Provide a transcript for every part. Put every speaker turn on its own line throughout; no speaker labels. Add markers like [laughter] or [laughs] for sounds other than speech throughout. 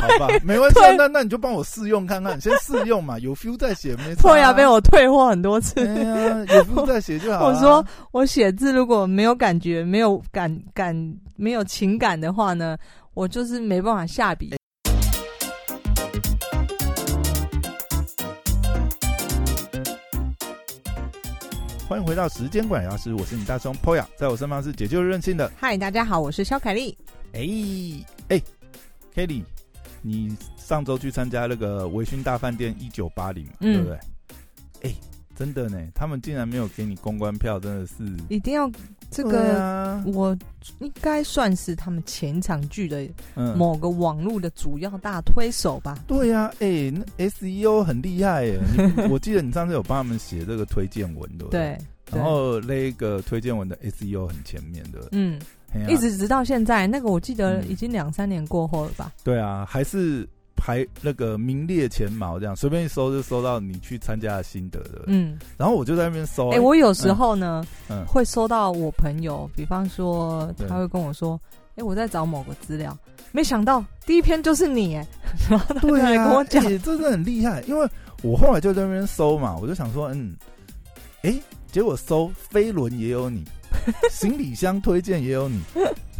好
[laughs]
吧，没关系啊，那那你就帮我试用看看，你先试用嘛，有 feel 再写没
[laughs]
差啊。
破牙被我退货很多
哎
次。
呀，有 feel 再写就好啊。
我 [laughs] 说 [laughs] 我写字如果没有感觉、没有感感、没有情感的话呢，我就是没办法下笔。
欢迎回到时间管牙师，我是你大松 Poya，在我身旁是解救任性的
嗨，大家好，我是肖凯丽。
哎哎，Kelly，你上周去参加那个维醺大饭店一九八零，
嗯
对不对？哎、真的呢，他们竟然没有给你公关票，真的是
一定要这
对
个，
啊，
我应该算是他们前场剧的
嗯，
某个网络的主要大推手吧。
对呀、啊，哎、那 SEO 很厉害耶！你 [laughs] 我记得你上次有帮他们写这个推荐文，对不对？
对，对
然后那个推荐文的 SEO 很前面的，
嗯，
嘿啊
一直直到现在，那个我记得
嗯
已经两三年过后了吧？
对啊，还是排那个名列前茅，这样随便一搜就搜到你去参加的心得的。
嗯，
然后我就在那边搜，
哎、我有时候呢、
嗯嗯
会收到我朋友，比方说
对
他会跟我说：“哎、我在找某个资料，没想到第一篇就是你。”哎，然后他就
对
来
啊，
跟我讲，
哎这真的很厉害。因为我后来就在那边搜嘛，我就想说，嗯，哎、结果搜飞轮也有
[laughs]
你，行李箱推荐也有你，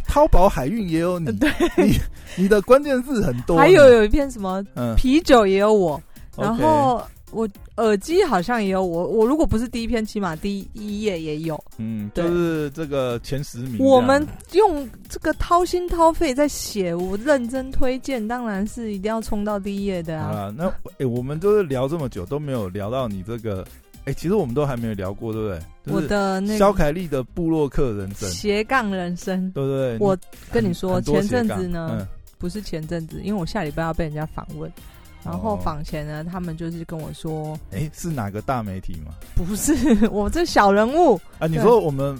淘宝海运也有你，你你的关键字很多，
还有有一篇什么
嗯，
啤酒也有我，然
OK，
后我耳机好像也有我，我如果不是第一篇，起码第一页也有。
嗯，
对
就是这个前十嗯名这样，
我们用这个掏心掏肺在写，我认真推荐，当然是一定要冲到第一页的啊。
啊，那哎、诶我们就是聊这么久都没有聊到你这个，哎、其实我们都还没有聊过，对不对？就是、
我的那
肖
个
凯丽的部落客人生，
斜杠人生，
对不对？
我
你
跟你
很
说，
很多
前阵
斜杠嗯
子呢，不是前阵子，因为我下礼拜要被人家访问，然后
哦
访前呢，他们就是跟我说，
嗯，哎、是哪个大媒体吗？
不是 [laughs] 我这小人物，
啊，你
对
说我们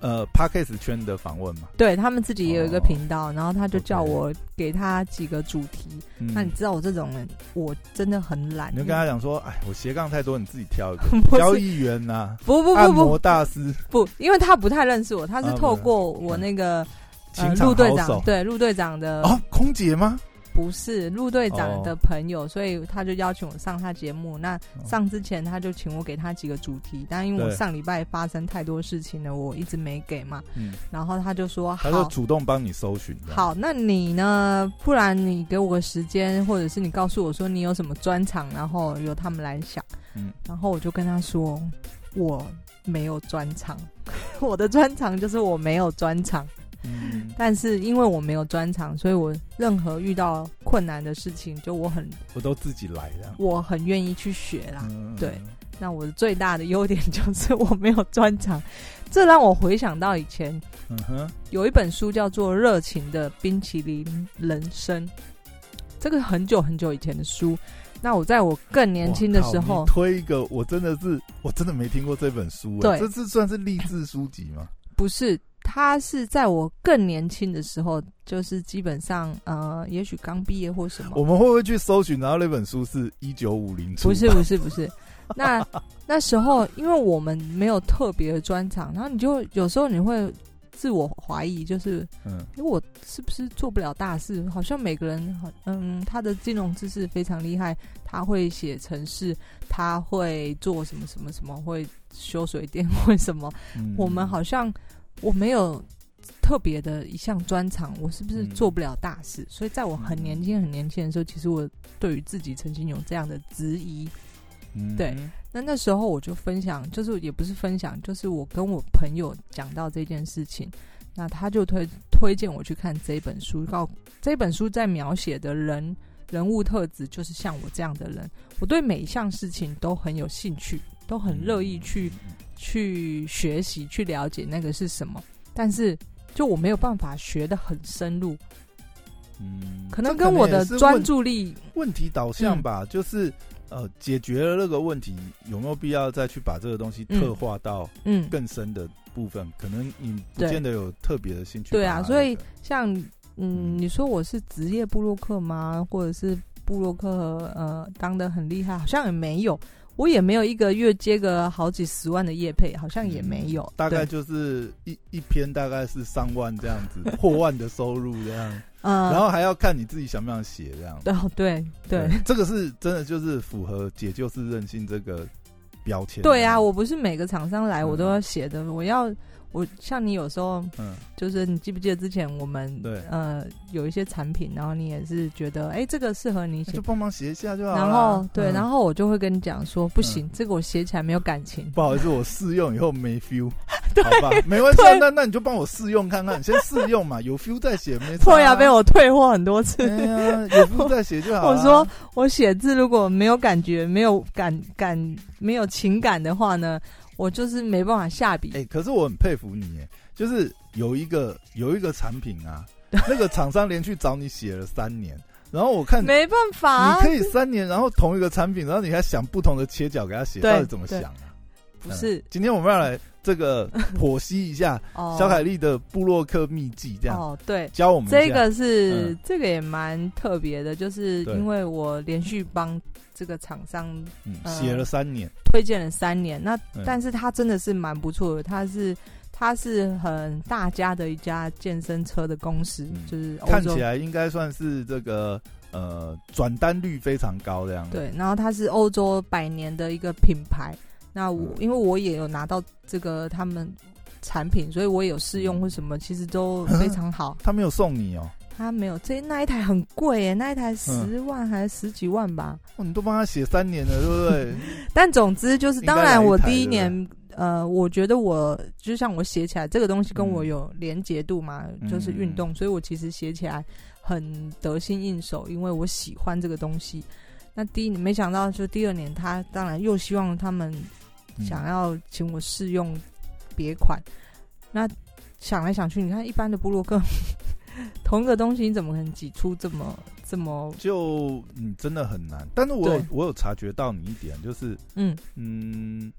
呃 p a r k a s 圈的访问嘛？
对他们自己也有一个
哦
频道，然后他就叫
OK
我给他几个主题。
嗯
那你知道我这种人，我真的很懒，
你就跟他讲说，哎，我斜杠太多，你自己挑一
[laughs] 不
个，
是
交易员呐、
不不
按
不不
摩大师，
不，因为他不太认识我，他是
啊
透
不
过我那个、呃
情场
陆队
好
长，
手。
对陆队长的、
哦，空姐吗？
不是陆队长的
哦
朋友，所以他就邀请我上他节目。那上之前他就请我给他几个主题，但因为我
对
上礼拜发生太多事情了，我一直没给嘛。
嗯，
然后他就说
他就
好。
主动帮你搜寻。，
好，那你呢？不然你给我个时间，或者是你告诉我说你有什么专场，然后由他们来想。
嗯
然后我就跟他说，我没有专场， [laughs] 我的专场就是我没有专场。
嗯，
但是因为我没有专长，所以我任何遇到困难的事情，就我很
我都自己来的。
我很愿意去学啦。
嗯
对那我最大的优点就是我没有专长，这让我回想到以前
嗯哼，
有一本书叫做《热情的冰淇淋人生》，这个很久很久以前的书。那我在我更年轻的时
哇靠你
候，
推一个，我真的是我真的没听过这本书、哎
对
这是算是励志书籍
[laughs]
吗？
不是，他是在我更年轻的时候，就是基本上呃，也许刚毕业或什么，
我们会不会去搜寻？然后那本书是一九五零出
不
版？
是不是不是，那
[laughs]
那时候因为我们没有特别的专长，然后你就有时候你会自我怀疑，就是
嗯，
因为我是不是做不了大事？好像每个人好，嗯，他的金融知识非常厉害，他会写程式，他会做什么什么什么，会修水电， [laughs] 会什么？
嗯
我们，好像我没有特别的一项专长，我是不是
嗯
做不了大事？所以在我很年轻很年轻的时候，其实我对于自己曾经有这样的质疑。
嗯
对，那那时候我就分享，就是也不是分享，就是我跟我朋友讲到这件事情，那他就推推荐我去看这本书，告这本书在描写的人人物特质就是像我这样的人，我对每一项事情都很有兴趣，都很乐意去
嗯
去学习去了解那个是什么，但是就我没有办法学得很深入，
嗯，
可能
这
跟我
也
的
是问
专注嗯力
问题导向吧，就是呃，解决了那个问题，有没有必要再去把这个东西特化到
嗯
更深的部分？可能你不
对
见得有特别的兴趣把它
对
那
啊，
个。
所以像嗯，
嗯
你说我是职业布洛克吗？或者是布洛克呃当的很厉害，好像也没有。我也没有一个月接个好几十万的业配，好像也没有。
嗯大概
对
就是一一篇大概是上万这样子， [laughs] 破万的收入这样，
呃，
然后还要看你自己想不想写这样。
哦，对对，
这个是真的就是符合解救式任性这个标签。
对啊，我不是每个厂商来
嗯
我都要写的，我要我像你有时候
嗯，
就是你记不记得之前我们
对
呃有一些产品，然后你也是觉得哎、这个适合你
那
写
就，帮忙写一下就好了。
然后对，
嗯
然后我就会跟你讲说不行，这个我写起来没有感情，
不好意思，我试用以后没
[laughs]
feel，好吧，没关系啊，
对
那那你就帮我试用看看，你先试用嘛，有 feel 再写没差、
会啊，被我退货很多次
哎。呀，有 feel 再写就好、啊
[laughs] 我说，我写字如果没有感觉、没有感感、没有情感的话呢，我就是没办法下笔。
哎、可是我很佩服你，哎，就是有一个有一个产品啊，
[laughs]
那个厂商连续找你写了三年，然后我看你
没办法、啊，
可以三年，然后同一个产品，然后你还想不同的切角给他写，
对
到底怎么想啊？
不是、
今天我们要来这
[laughs]
个剖析一下
哦。
小凯丽的布洛克秘籍，这样、
哦，对，
教我们一下
这个是、
嗯
这个也蛮特别的，就是
对
因为我连续帮这个厂商
嗯
呃
写、了三年，
推荐了三年，那、
嗯
但是他真的是蛮不错的，他是。他是很大家的一家健身车的公司，
嗯
就是欧
看
洲
起来应该算是这个呃转单率非常高这样。
对，然后它是欧洲百年的一个品牌。那我、
嗯
因为我也有拿到这个他们产品，所以我也有试
嗯
用或什么，其实都非常好。
他没有送你哦、
它没有这那一台很贵耶，那一
嗯
台十万还是十几万吧。
哦你都帮他写三年了，对不对？
[laughs] 但总之就是，
应该
当然我
来一台
第一
对不对
年。呃，我觉得我就像我写起来这个东西跟
嗯
我有连结度嘛，就是运动，所以我其实写起来很得心应手，因为我喜欢这个东西。那第一，没想到就第二年，他当然又希望他们
嗯
想啊要请我试用别款，那想来想去，你看一般的部落格， [laughs] 同一个东西你怎么可能挤出这么这么
就嗯，真的很难。但是我有
对
我有察觉到你一点，就是
嗯
嗯，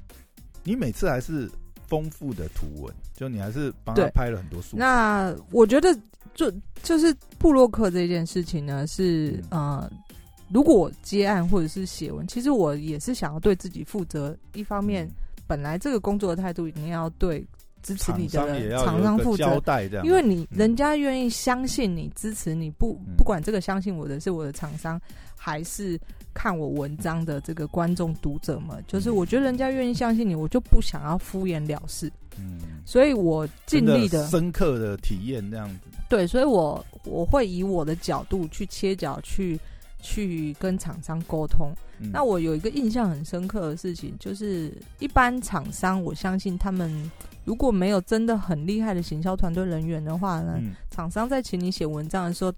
你每次还是丰富的图文，就你还是帮他
对
拍了很多素材。
那我觉得就就是布洛克这件事情呢，是、
嗯
呃，如果我接案或者是写文，其实我也是想要对自己负责。一方
嗯
面，本来这个工作的态度一定要对支持
厂
你
商
的
也
人
要
厂
有
商
一个
负
交
责。
代这样，
因为你
嗯
人家愿意相信你、支持你，不
嗯
不管这个相信我的是我的厂商，还是看我文章的这个观众读者们，就是
嗯
我觉得人家愿意相信你，我就不想要敷衍了事，
嗯，
所以我尽
真
力的
深刻的体验这样子。
对，所以我我会以我的角度去切角去去跟厂商沟通。
嗯
那我有一个印象很深刻的事情，就是一般厂商，我相信他们如果没有真的很厉害的行销团队人员的话呢，
嗯
厂、商在请你写文章的时候，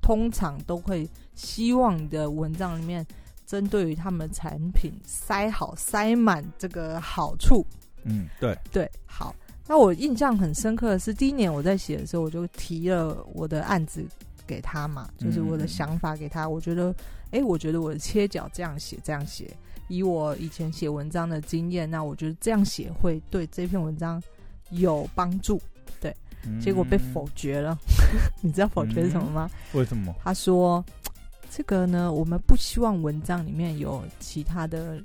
通常都会希望你的文章里面针对于他们的产品塞好塞满这个好处。
嗯，对，
对，好。那我印象很深刻的是，第一年我在写的时候，我就提了我的案子给他嘛，就是我的想法给他。我觉得，哎、我觉得我的切角这样写，这样写，以我以前写文章的经验，那我觉得这样写会对这篇文章有帮助。
嗯
结果被否。决了， [laughs] 你知道否决是什么吗？
为什么？
他说：“这个呢，我们不希望文章里面有其他的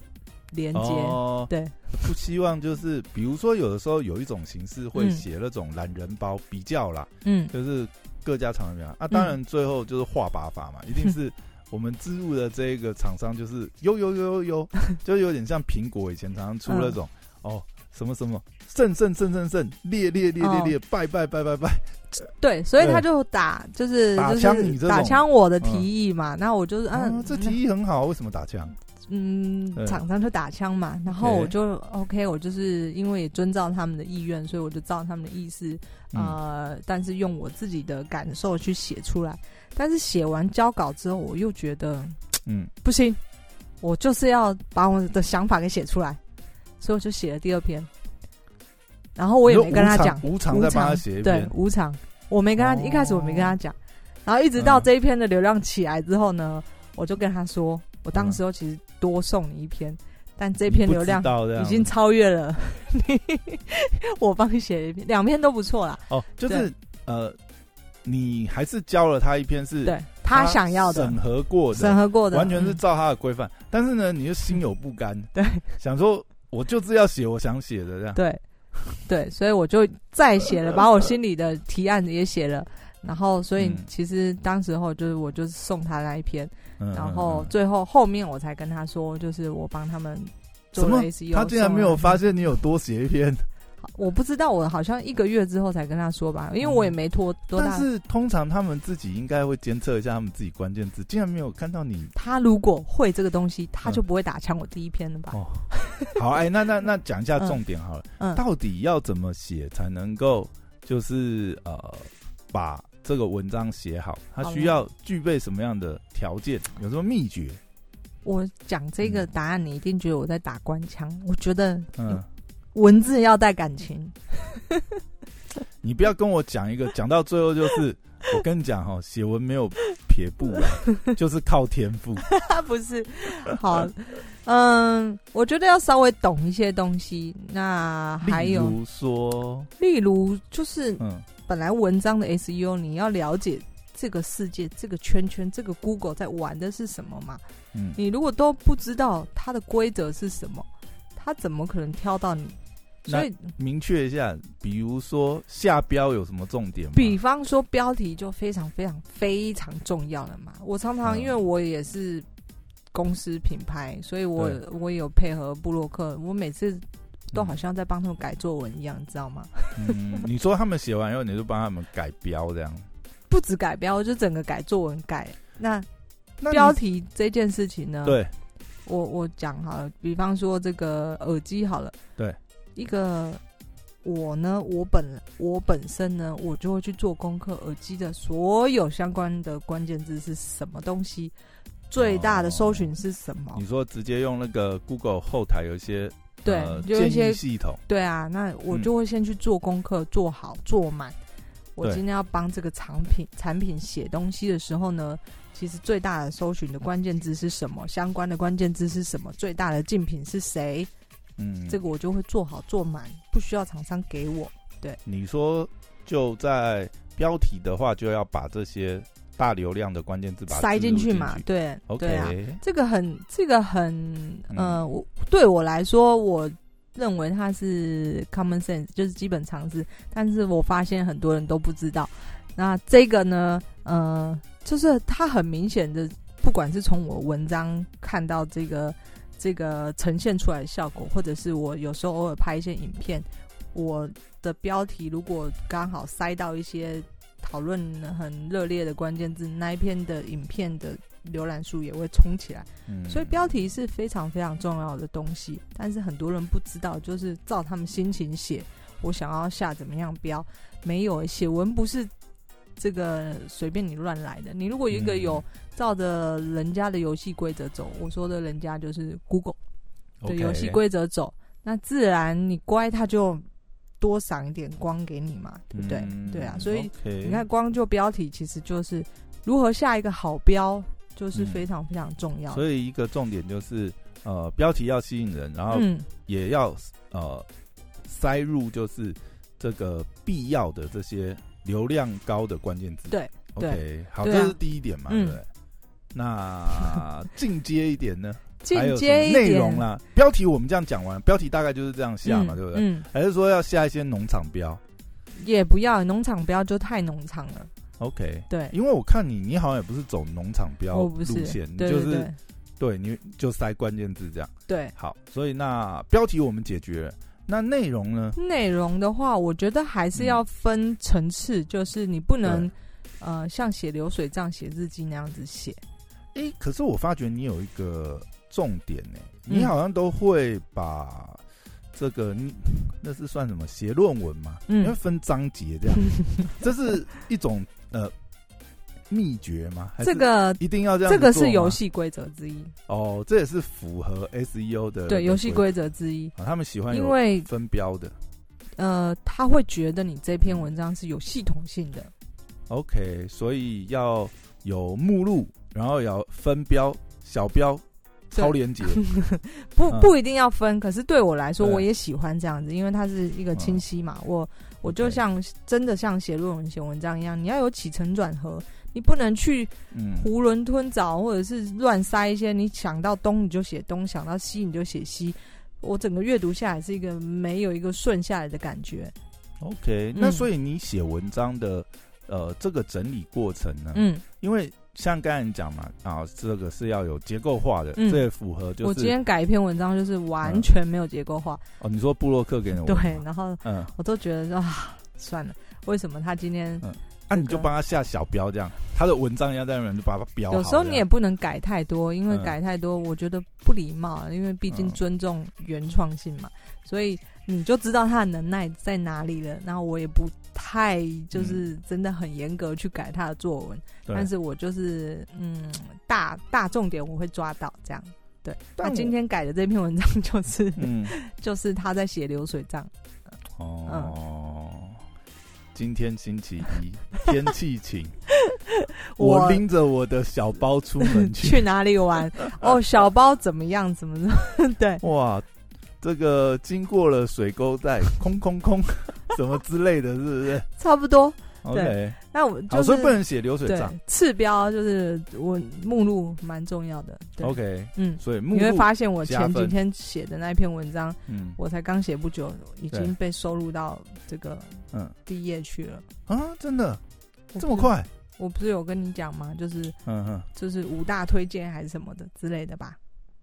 连接。
哦，
对，
不希望就是，比如说有的时候有一种形式会
嗯
写那种懒人包比较啦，
嗯，
就是各家厂商比较啊，当然最后就是画靶法嘛，一定
[laughs]
是我们植入的这个厂商就是呦呦呦呦
[laughs]
呦，就有点像苹果以前常常出那种、
嗯
哦什么什么胜胜胜胜胜烈烈烈
哦
烈烈拜拜拜拜拜，
对，所以
对
他就打，就是
打
就
枪你
是
这
打
种
枪我的提议嘛，那我就是
啊
嗯，
这提议很好，为什么打枪？
嗯
对，
厂商就打枪嘛，然后我就 OK，我就是因为也遵照他们的意愿，所以我就照他们的意思，
嗯
呃，但是用我自己的感受去写出来。但是写完交稿之后，我又觉得
嗯，
不行，我就是要把我的想法给写出来，所以我就写了第二篇，然后我也
你说
没跟他
无偿
讲。
无
无
偿
偿
再帮他写一
对
篇，
无偿，我没跟他、
哦嗯
一开始我没跟他讲，然后一直到这一篇的流量起来之后呢，我就跟他说，我
嗯
当时候其实多送你一篇，但这篇流量已
已
经超越了你， [laughs] 我帮你写了一篇，两篇都不错啦。
哦，就是呃，你还是教了他一篇是
对，他想要的
审核过
审
的，
核过的，
完全是
嗯
照他的规范。但是呢，你就心有不甘，
对
想说我就是要写我想写的这样。
[laughs] 对对，所以我就再写了，把我心里的提案也写了。然后，所以
嗯
其实当时候就是我就是送他那一篇，
嗯
然后
嗯嗯
最后后面我才跟他说，就是我帮他们做
什
了
么
SEO，
他竟然
送
没
了
有发现你有多写一篇，
我不知道，我好像一个月之后才跟他说吧，因为我也没拖多
嗯但
大。
是通常他们自己应该会监测一下他们自己关键字，竟然没有看到你。
他如果会这个东西，他就不会打枪我第一篇了吧？
嗯哦，好，哎，那那那讲一下
嗯
重点好了，
嗯
到底要怎么写才能够就是呃把这个文章写好？它
好
需要具备什么样的条件？有什么秘诀？
我讲这个答案，你一定觉得我在打官腔。我觉得
嗯，
文字要带感情，
你不要跟我讲一个， [laughs] 讲到最后就是我跟你讲哈，写文没有撇步
[laughs]
啊，就是靠天赋。
他不是好。嗯，我觉得要稍微懂一些东西。那还
例
有，
如说，
例如就是
嗯
本来文章的 SEO，你要了解这个世界、这个圈圈、这个 Google 在玩的是什么嘛？
嗯，
你如果都不知道它的规则是什么，它怎么可能挑到你？
那
所以，
明确一下，比如说下标有什么重点吗？
比方说标题就非常非常非常重要了嘛。我常常
嗯
因为我也是公司品牌，所以我
对
我也有配合布洛克，我每次都好像在帮他们改作文一样，你知道吗？
嗯，你说他们写完以后，你就帮他们改标这样。
不止改标，就整个改作文改。那
那你
标题这件事情呢？
对，
我我讲好了，比方说这个耳机好了，
对，
一个我呢，我本我本身呢，我就会去做功课，耳机的所有相关的关键字是什么东西，最大的搜寻是什么，
你说直接用那个 Google 后台有一些
对，
呃、
就有
建
一些
议嗯系统，
对啊，那我就会先去做功课，做好做满。我
对
今天要帮这个产品产品写东西的时候呢，其实最大的搜寻的关键字是什么，相关的关键字是什么，最大的竞品是谁，
嗯，
这个我就会做好做满，不需要厂商给我。
你说就在标题的话，就要把这些大流量的关键字把它
塞
植入进
去嘛，对
OK，
对啊，这个很这个很呃，
嗯
我对我来说，我认为它是 common sense，就是基本常识，但是我发现很多人都不知道。那这个呢，呃，就是它很明显的，不管是从我文章看到这个这个呈现出来的效果，或者是我有时候偶尔拍一些影片，我的标题如果刚好塞到一些讨论很热烈的关键字，那一篇的影片的浏览数也会冲起来。
嗯
所以标题是非常非常重要的东西，但是很多人不知道，就是照他们心情写，我想要下怎么样标，没有写文不是这个随便你乱来的。你如果有一个
嗯
有照着人家的游戏规则走，我说的人家就是 Google 的
OK
游戏规则走，那自然你乖，他就多赏一点光给你嘛，对不对？
嗯
对啊，所以
OK
你看，光就标题其实就是如何下一个好标，就是非常非常重要的。
嗯所以一个重点就是呃，标题要吸引人，然后
嗯，
也要呃塞入就是这个必要的这些流量高的关键字。
对
，OK，好，
对啊
这是第一点嘛，对
嗯
不对？那进阶一点
[laughs]
呢？还
进
有什
阶
么
一
内
点
容啦，标题我们这样讲完，标题大概就是这样下嘛，
嗯
对不对？
嗯，
还是说要下一些农场标
也不要农场标就太农场了，
？OK，
对，
因为我看你，你好像也不是走农场标
我
路
不是，
线，你
对
就
对
是
对
对你就塞关键字这样。
对。
好，所以那标题我们解决了，那内容呢？
内容的话，我觉得还是要分层次，就是你不能呃像写流水账、写日记那样子写。
诶，可是我发觉你有一个重点呢、
嗯
你好像都会把这个你那是算什么写论文嘛？
嗯
因为分章节
[laughs]
这样，这是一种呃秘诀吗？还是
这个
一定要这样
这
子
个
做
是
吗
游戏规则之一，
哦，这也是符合 SEO 的
对游戏
规
规则之一，
啊，他们喜欢
因
有
为
分标的。
呃他会觉得你这篇文章是有系统性的，
OK，所以要有目录，然后要分标、小标、
对
超连
[laughs]
接。
不
嗯
不一定要分，可是对我来说，
对嗯
我也喜欢这样子，因为它是一个清晰嘛。我我就
OK
像真的像写论文、写文章一样，你要有起承转合，你不能去
嗯，
囫囵吞枣，或者是乱塞一些。你想到东你就写东，想到西你就写西。我整个阅读下来是一个没有一个顺下来的感觉。
OK，
嗯
那所以你写文章的呃这个整理过程呢，
嗯，
因为像刚才你讲嘛，啊，这个是要有结构化的，
嗯
这也符合就
我今
是嗯
天改一篇文章就是完全没有结构化，
哦，你说布洛克给你的
对
文嘛，
然后
嗯，
我都觉得说啊，算了，为什么他今天
那啊你
这
就
个
帮他下小标，这样他的文章要在那边就把它标好。
有时候你
这
也
样
不能改太多，因为
嗯
改太多我觉得不礼貌，因为毕竟
嗯
尊重原创性嘛，所以你就知道他的能耐在哪里了。然后我也不太就是真的很严格去改他的作文，
对
但是我就是嗯大大重点我会抓到这样。对，
但
那
我
啊今天改的这篇文章就是、
嗯
[laughs] 就是他在写流水
[laughs]
账，嗯
哦，今天星期一，天气晴，
[laughs] 我
我拎着我的小包出门
[laughs] 去哪里玩？哦，小包怎么样？怎么样？对，
哇，这个经过了水沟带，空空
[laughs]
空，什么之类的，是不是
差不多。
？OK，
那我
好，
就
所
是
以不能写流水
对
账。
次标就是我目录蛮重要的。对
OK，
嗯，
所以哦目
你会
录，
发现我
加
前
分
几天写的那一篇文章，
嗯
我才刚写不久，已
对
经被收录到这个
嗯
第一页去了。
啊，真的
我
这么
不是？
快？
我不是有跟你讲吗？就是
嗯嗯，
就是五大推荐还是什么的之类的吧？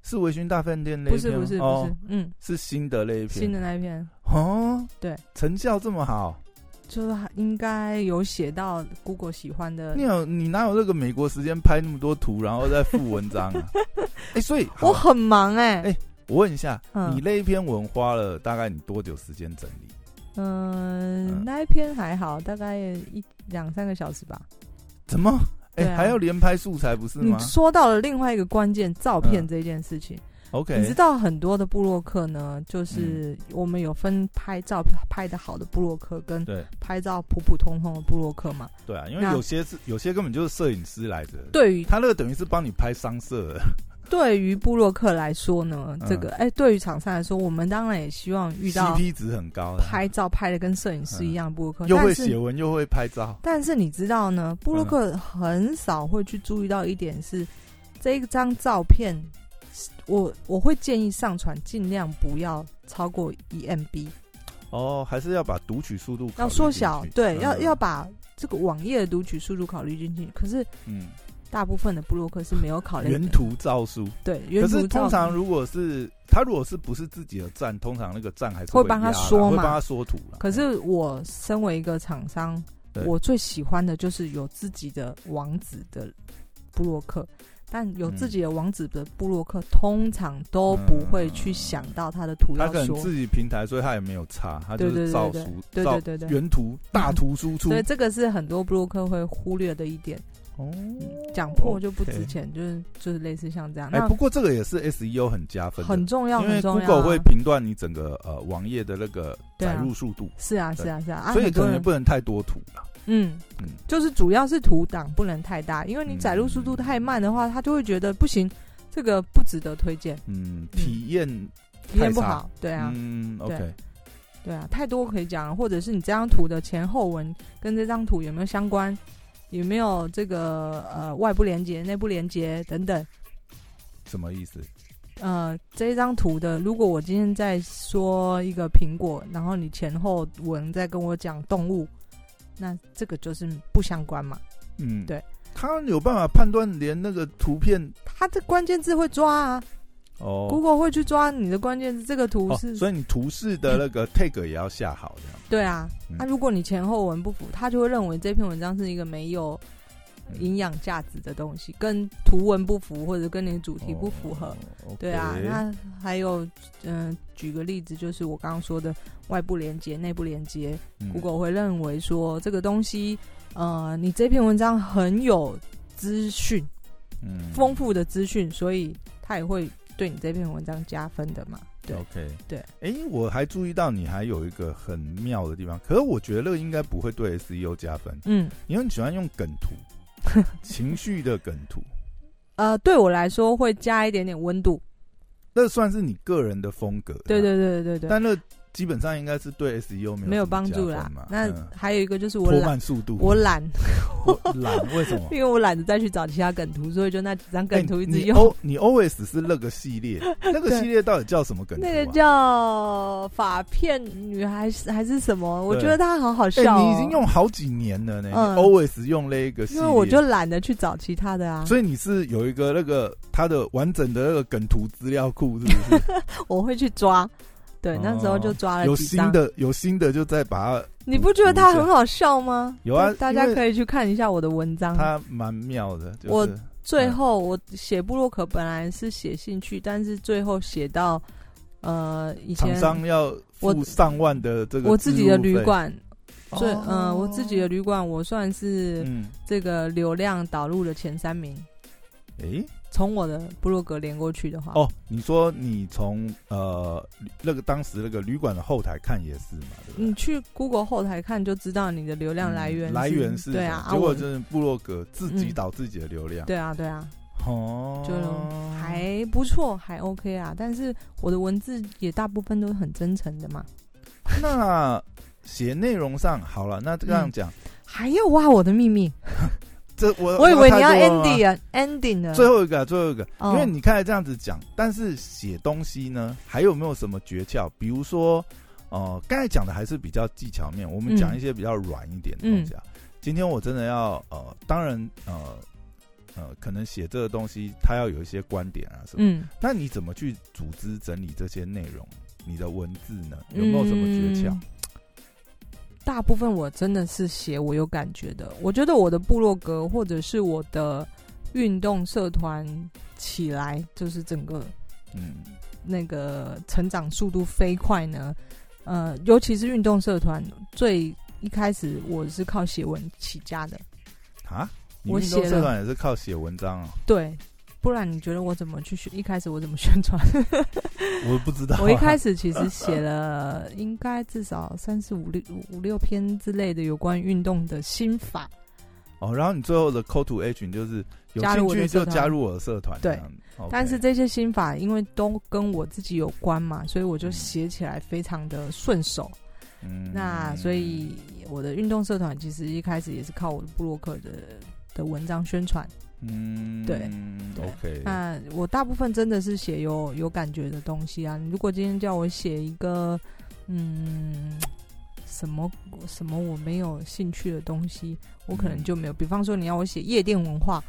是微醺大饭店那一
不是
篇吗
不是不
哦
是，嗯，
是新的那一篇，
新的那一篇
哦，
对，
成效这么好，
就是还应该有写到 Google 喜欢
[laughs]
的
你有你哪有那个美国时间拍那么多图，然后再附文章
[laughs]
啊？哎、所以好
我很忙哎、
哎我问一下，
嗯
你那一篇文花了大概你多久时间整理？
嗯、
嗯
那一篇还好，大概一两三个小时吧。
怎么？哎、
对啊嗯
还要连拍素材不是
你
吗
说到了另外一个关键，照片
嗯
这件事情，你知
？OK，
道很多的部落客呢，就是
嗯
我们有分拍照拍的好的部落客跟
对
拍照普普通通的部落客嘛。
对啊，因为
那
有些是有些根本就是摄影师来的，
对于
他那个等于是帮你拍商社的，
对于部落客来说呢，
嗯
这个哎、对于厂商来说，我们当然也希望遇到
CP 值很高的，
拍照拍的跟摄影师一样的部落客，
嗯又会
但是
写文又会拍照，
但是你知道
嗯
呢，布洛克很少会去注意到一点是，这一张照片，我我会建议上传尽量不要超过一 MB，
哦，还是要把读取速度考
要
虑
缩
进
小
去，
对，
嗯
要要把这个网页的读取速度考虑进去。可是
嗯
大部分的布洛克是没有考虑
原图照书。
对原
可
图
是
照
通常如果是他如果是不是自己的站，通常那个站还是
会
帮
帮他
说
说
会
嘛
帮他缩图啦
可是我身为一个厂商
对，
我最喜欢的就是有自己的网址的布洛克，但有自己的网址的布洛克，通常都不会去想到他的图
嗯他
要
可能
说，
自己平台，所以他也没有差，他就
对
是
对对
照
对
书
对
照
对对对
原图大图输出
所以这个是很多布洛克会忽略的一点。
哦。
嗯讲破就不值
OK
钱，就是就是类似像这样，
哎，不
那
过这个也是 SEO 很加分的，
很重要，
因为
很重要啊。
Google 会评断你整个呃网页的那个
对
载
啊
入速度，
是啊是啊是啊，啊
所以
很
可
多
能也
人
不能太多图了。
嗯
嗯，
就是主要是图档不能太大，因为你
嗯
载入速度太慢的话，他就会觉得不行，这个不值得推荐，
嗯，体验
体验不
太差
好。对啊，
嗯
对
，OK，
对啊，太多可以讲了，或者是你这张图的前后文跟这张图有没有相关，有没有这个呃外部连接、内部连接等等。
什么意思？
呃，这张图的，如果我今天在说一个苹果，然后你前后文在跟我讲动物，那这个就是不相关嘛。
嗯，
对，
他有办法判断连那个图片
它这关键字会抓啊、
哦
g o o g l e 会去抓你的关键字，这个图是、嗯
哦，所以你图示的那个 tag 也要下好，这样。
对啊。
嗯
那、如果你前后文不符，他就会认为这篇文章是一个没有
嗯
营养价值的东西，跟图文不符或者跟你的主题不符合。
哦
对啊，
OK
那还有，嗯、举个例子，就是我刚刚说的外部连接、内部连接、
嗯
g o o g l e 会认为说这个东西，呃，你这篇文章很有资讯，
嗯
丰富的资讯，所以它也会对你这篇文章加分的嘛。对，
OK
对。
哎、我还注意到你还有一个很妙的地方，可是我觉得那个应该不会对 SEO 加分，
嗯，
你很喜欢用梗
[laughs]
图，情绪的梗图，
呃，对我来说会加一点点温度。
那算是你个人的风格。
对
这样。
对对对对对。
但那基本上应该是对 SEO 啊没有
没
有
有帮助啦。那
嗯
还有一个就是我
拖
懒，
慢速度，
我懒，
我懒，为什么？
因为我懒得再去找其他梗图，所以就那几张梗图一直
哎你你
用。
O 你 always 是那个系
[laughs]
列，那个
对
系列到底叫什么梗图啊？
[laughs] 那个叫法片女孩是还是什么？我
对
觉得她好好
哎、
笑、哦
你已经用好几年了呢、
嗯
你 always 用那个系
因
列，
为我就懒得去找其他的啊，
所以你是有一个那个它的完整的那个梗图资料库，是
[laughs]
不是？
我会去抓。对，
哦
那时候就抓了
有
啊几
新
张。
的有新的就再把它，
你不觉得她很好笑吗？
有啊
大家
因为
可以去看一下我的文章。
它蛮妙的，就是
我
嗯
最后我写部落格本来是写兴趣，但是最后写到呃以
厂
前
商要付
我
上万的这个
我自己的
置入费
旅，馆，最
哦
呃我自己的旅馆，我算是
嗯，
这个流量导入的前三名。
诶、
从我的部落格连过去的话，
哦，你说你从呃那个当时那个旅馆的后台看也是嘛，对不对？
你去 Google 后台看就知道你的流量来
嗯
源是、
来源是
对
什
啊，
么
啊
结果
我
就是部落格自己
嗯
导自己的流量，
对啊对啊，
哦，
就还不错，还 OK 啊。但是我的文字也大部分都是很真诚的嘛。
那写内容上好了，那这样
[laughs]
讲，
还要挖我的秘密，
这我
我以为你要
太多了吗
ending 啊，ending 呢？
呃最后一个啊，最后一个，
哦
因为你看才这样子讲，但是写东西呢，还有没有什么诀窍？比如说，呃，刚才讲的还是比较技巧面，我们
嗯
讲一些比较软一点的东西啊。今天我真的要呃，当然呃呃，可能写这个东西，它要有一些观点啊什么。
嗯，
那你怎么去组织整理这些内容？你的文字呢，有没有什么诀窍
嗯？大部分我真的是写我有感觉的，我觉得我的部落格或者是我的运动社团起来，就是整个
嗯，
那个成长速度飞快呢？呃，尤其是运动社团，最一开始我是靠写文起家的，
啊，你
我
运动
写
社
了
团也是靠写文章
[laughs]
啊？
对，不然你觉得我怎么去宣？一开始我怎么宣
[laughs]
传？
我不知道啊、
我一开始其实写了应该至少三四五六五六篇之类的有关运动的心法，
哦，然后你最后的 call to action 就是有
加
兴
入我
趣
的
就
社团
加入我的社团这
对
样子，OK，
但是这些心法因为都跟我自己有关嘛，所以我就写起来非常的顺手。
嗯
那所以我的运动社团其实一开始也是靠我的部落客的的文章宣传。
嗯
对对
，OK，
那我大部分真的是写有有感觉的东西啊。你如果今天叫我写一个嗯什么什么我没有兴趣的东西，我可能
嗯
就没有。比方说你要我写夜店文化，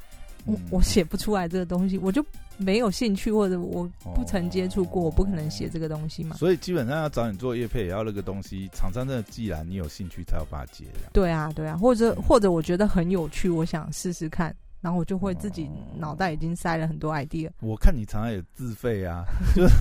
我
嗯
我写不出来这个东西，我就没有兴趣，或者我不曾接触过，
哦
我不可能写这个东西嘛。
所以基本上要找你做业配，也要那个东西，厂商真的既然你有兴趣，才要把它接这样。
对啊，对啊，或者或者我觉得很有趣，我想试试看，然后我就会自己
哦
脑袋已经塞了很多 idea。
我看你常常也自费啊，
[laughs]
就是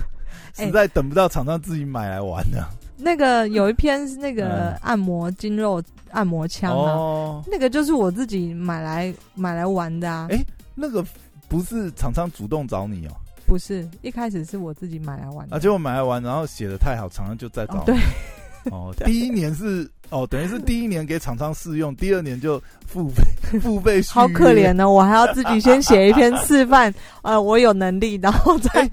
实在等不到厂商自己买来玩的、
那个有一篇是那个
嗯
按摩筋肉按摩枪啊，
哦。
那个就是我自己买来买来玩的啊，
哎那个不是厂商主动找你哦，
不是一开始是我自己买来玩的。
啊，结果买来玩，然后写的太好，厂商就再找你
嗯哦，
[laughs]
对，
哦，第一年是哦，等于是第一年给厂商试用，第二年就付费 [laughs] 付费续约
好可怜。呢、我还要自己先写一篇示范，呃，我有能力，然后再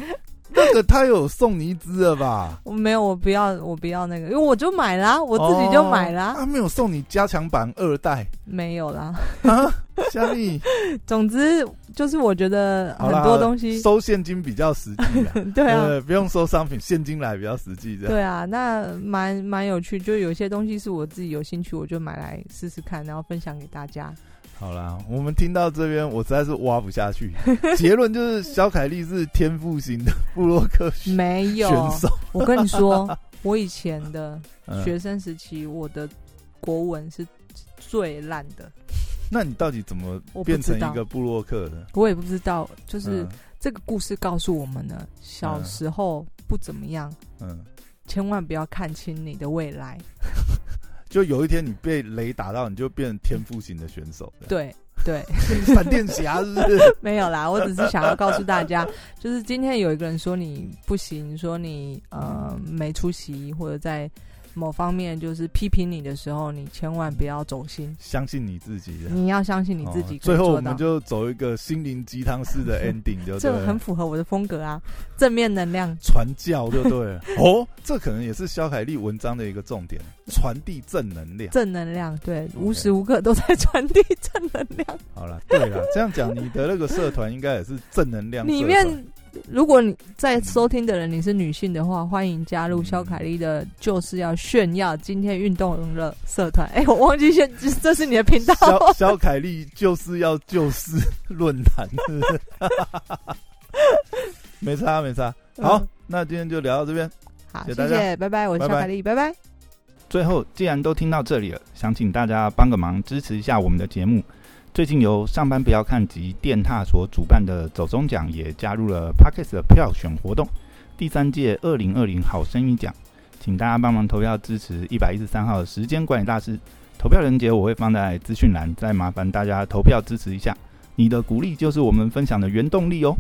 那个他有送你一支了吧？
我没有，我不要，我不要那个，因为我就买啦，我自己就买啦，
哦他没有送你加强版二代
没有啦。
啊，夏
[laughs]
丽。
总之就是我觉得
好
很
啦
多东西， [laughs]
收现金比较实际啦，
对啊，
呃，不用收商品，现金来比较实际这样。
对啊，那蛮蛮有趣，就有些东西是我自己有兴趣，我就买来试试看，然后分享给大家。
好啦，我们听到这边，我实在是挖不下去。结论就是，小凯丽是天赋型的布洛
[laughs]
克选
没有，
手。
我跟
[laughs]
你说，我以前的
嗯
学生时期，我的国文是最烂的，
那你到底怎么
我不
变成
知道
一个布洛克的？
我也不知道，就是、
嗯
这个故事告诉我们呢，小
嗯
时候不怎么样。
嗯。
千万不要看清你的未来，
就有一天你被雷打到，你就变成天赋型的选手，
对对，
闪电侠是不
[laughs]
是？
没有啦，我只是想要告诉大家， [laughs] 就是今天有一个人说你不行，说你呃没出息，或者在某方面就是批评你的时候，你千万不要走心，
相信你自己的。
你要相信你自己
哦
可以
最后
做
我
到。
们就走一个心灵鸡汤式
[laughs]
的 ending，就对
这
了
很符合我的风格啊，正面能量。
传教就对了。哦，这可能也是肖凯丽文章的一个重点，传递正能量。
正能量，对，
OK
无时无刻都在传递正能量。
好了，对了，这样讲，你的那个社团应该也是正能量社团。
里面，如果你在收听的人你是女性的话，欢迎加入
嗯
肖凯丽的，就是要炫耀今天运动赢了社团。哎、我忘记现这是你的频道，
肖肖凯丽就是要就事论
[laughs]
坛， [laughs] 是不是？没差没差。好，
嗯
那今天就聊到这边。
好，
谢谢
谢
大家
谢，拜拜，我是
拜
肖
拜
凯丽，拜拜。
最后，既然都听到这里了，想请大家帮个忙，支持一下我们的节目。最近由上班不要看及电踏所主办的走中奖也加入了 p a c k e s 的票选活动，第三届二零二零好声音奖，请大家帮忙投票支持一百一十三号的时间管理大师。投票链接我会放在资讯栏，再麻烦大家投票支持一下，你的鼓励就是我们分享的原动力哦。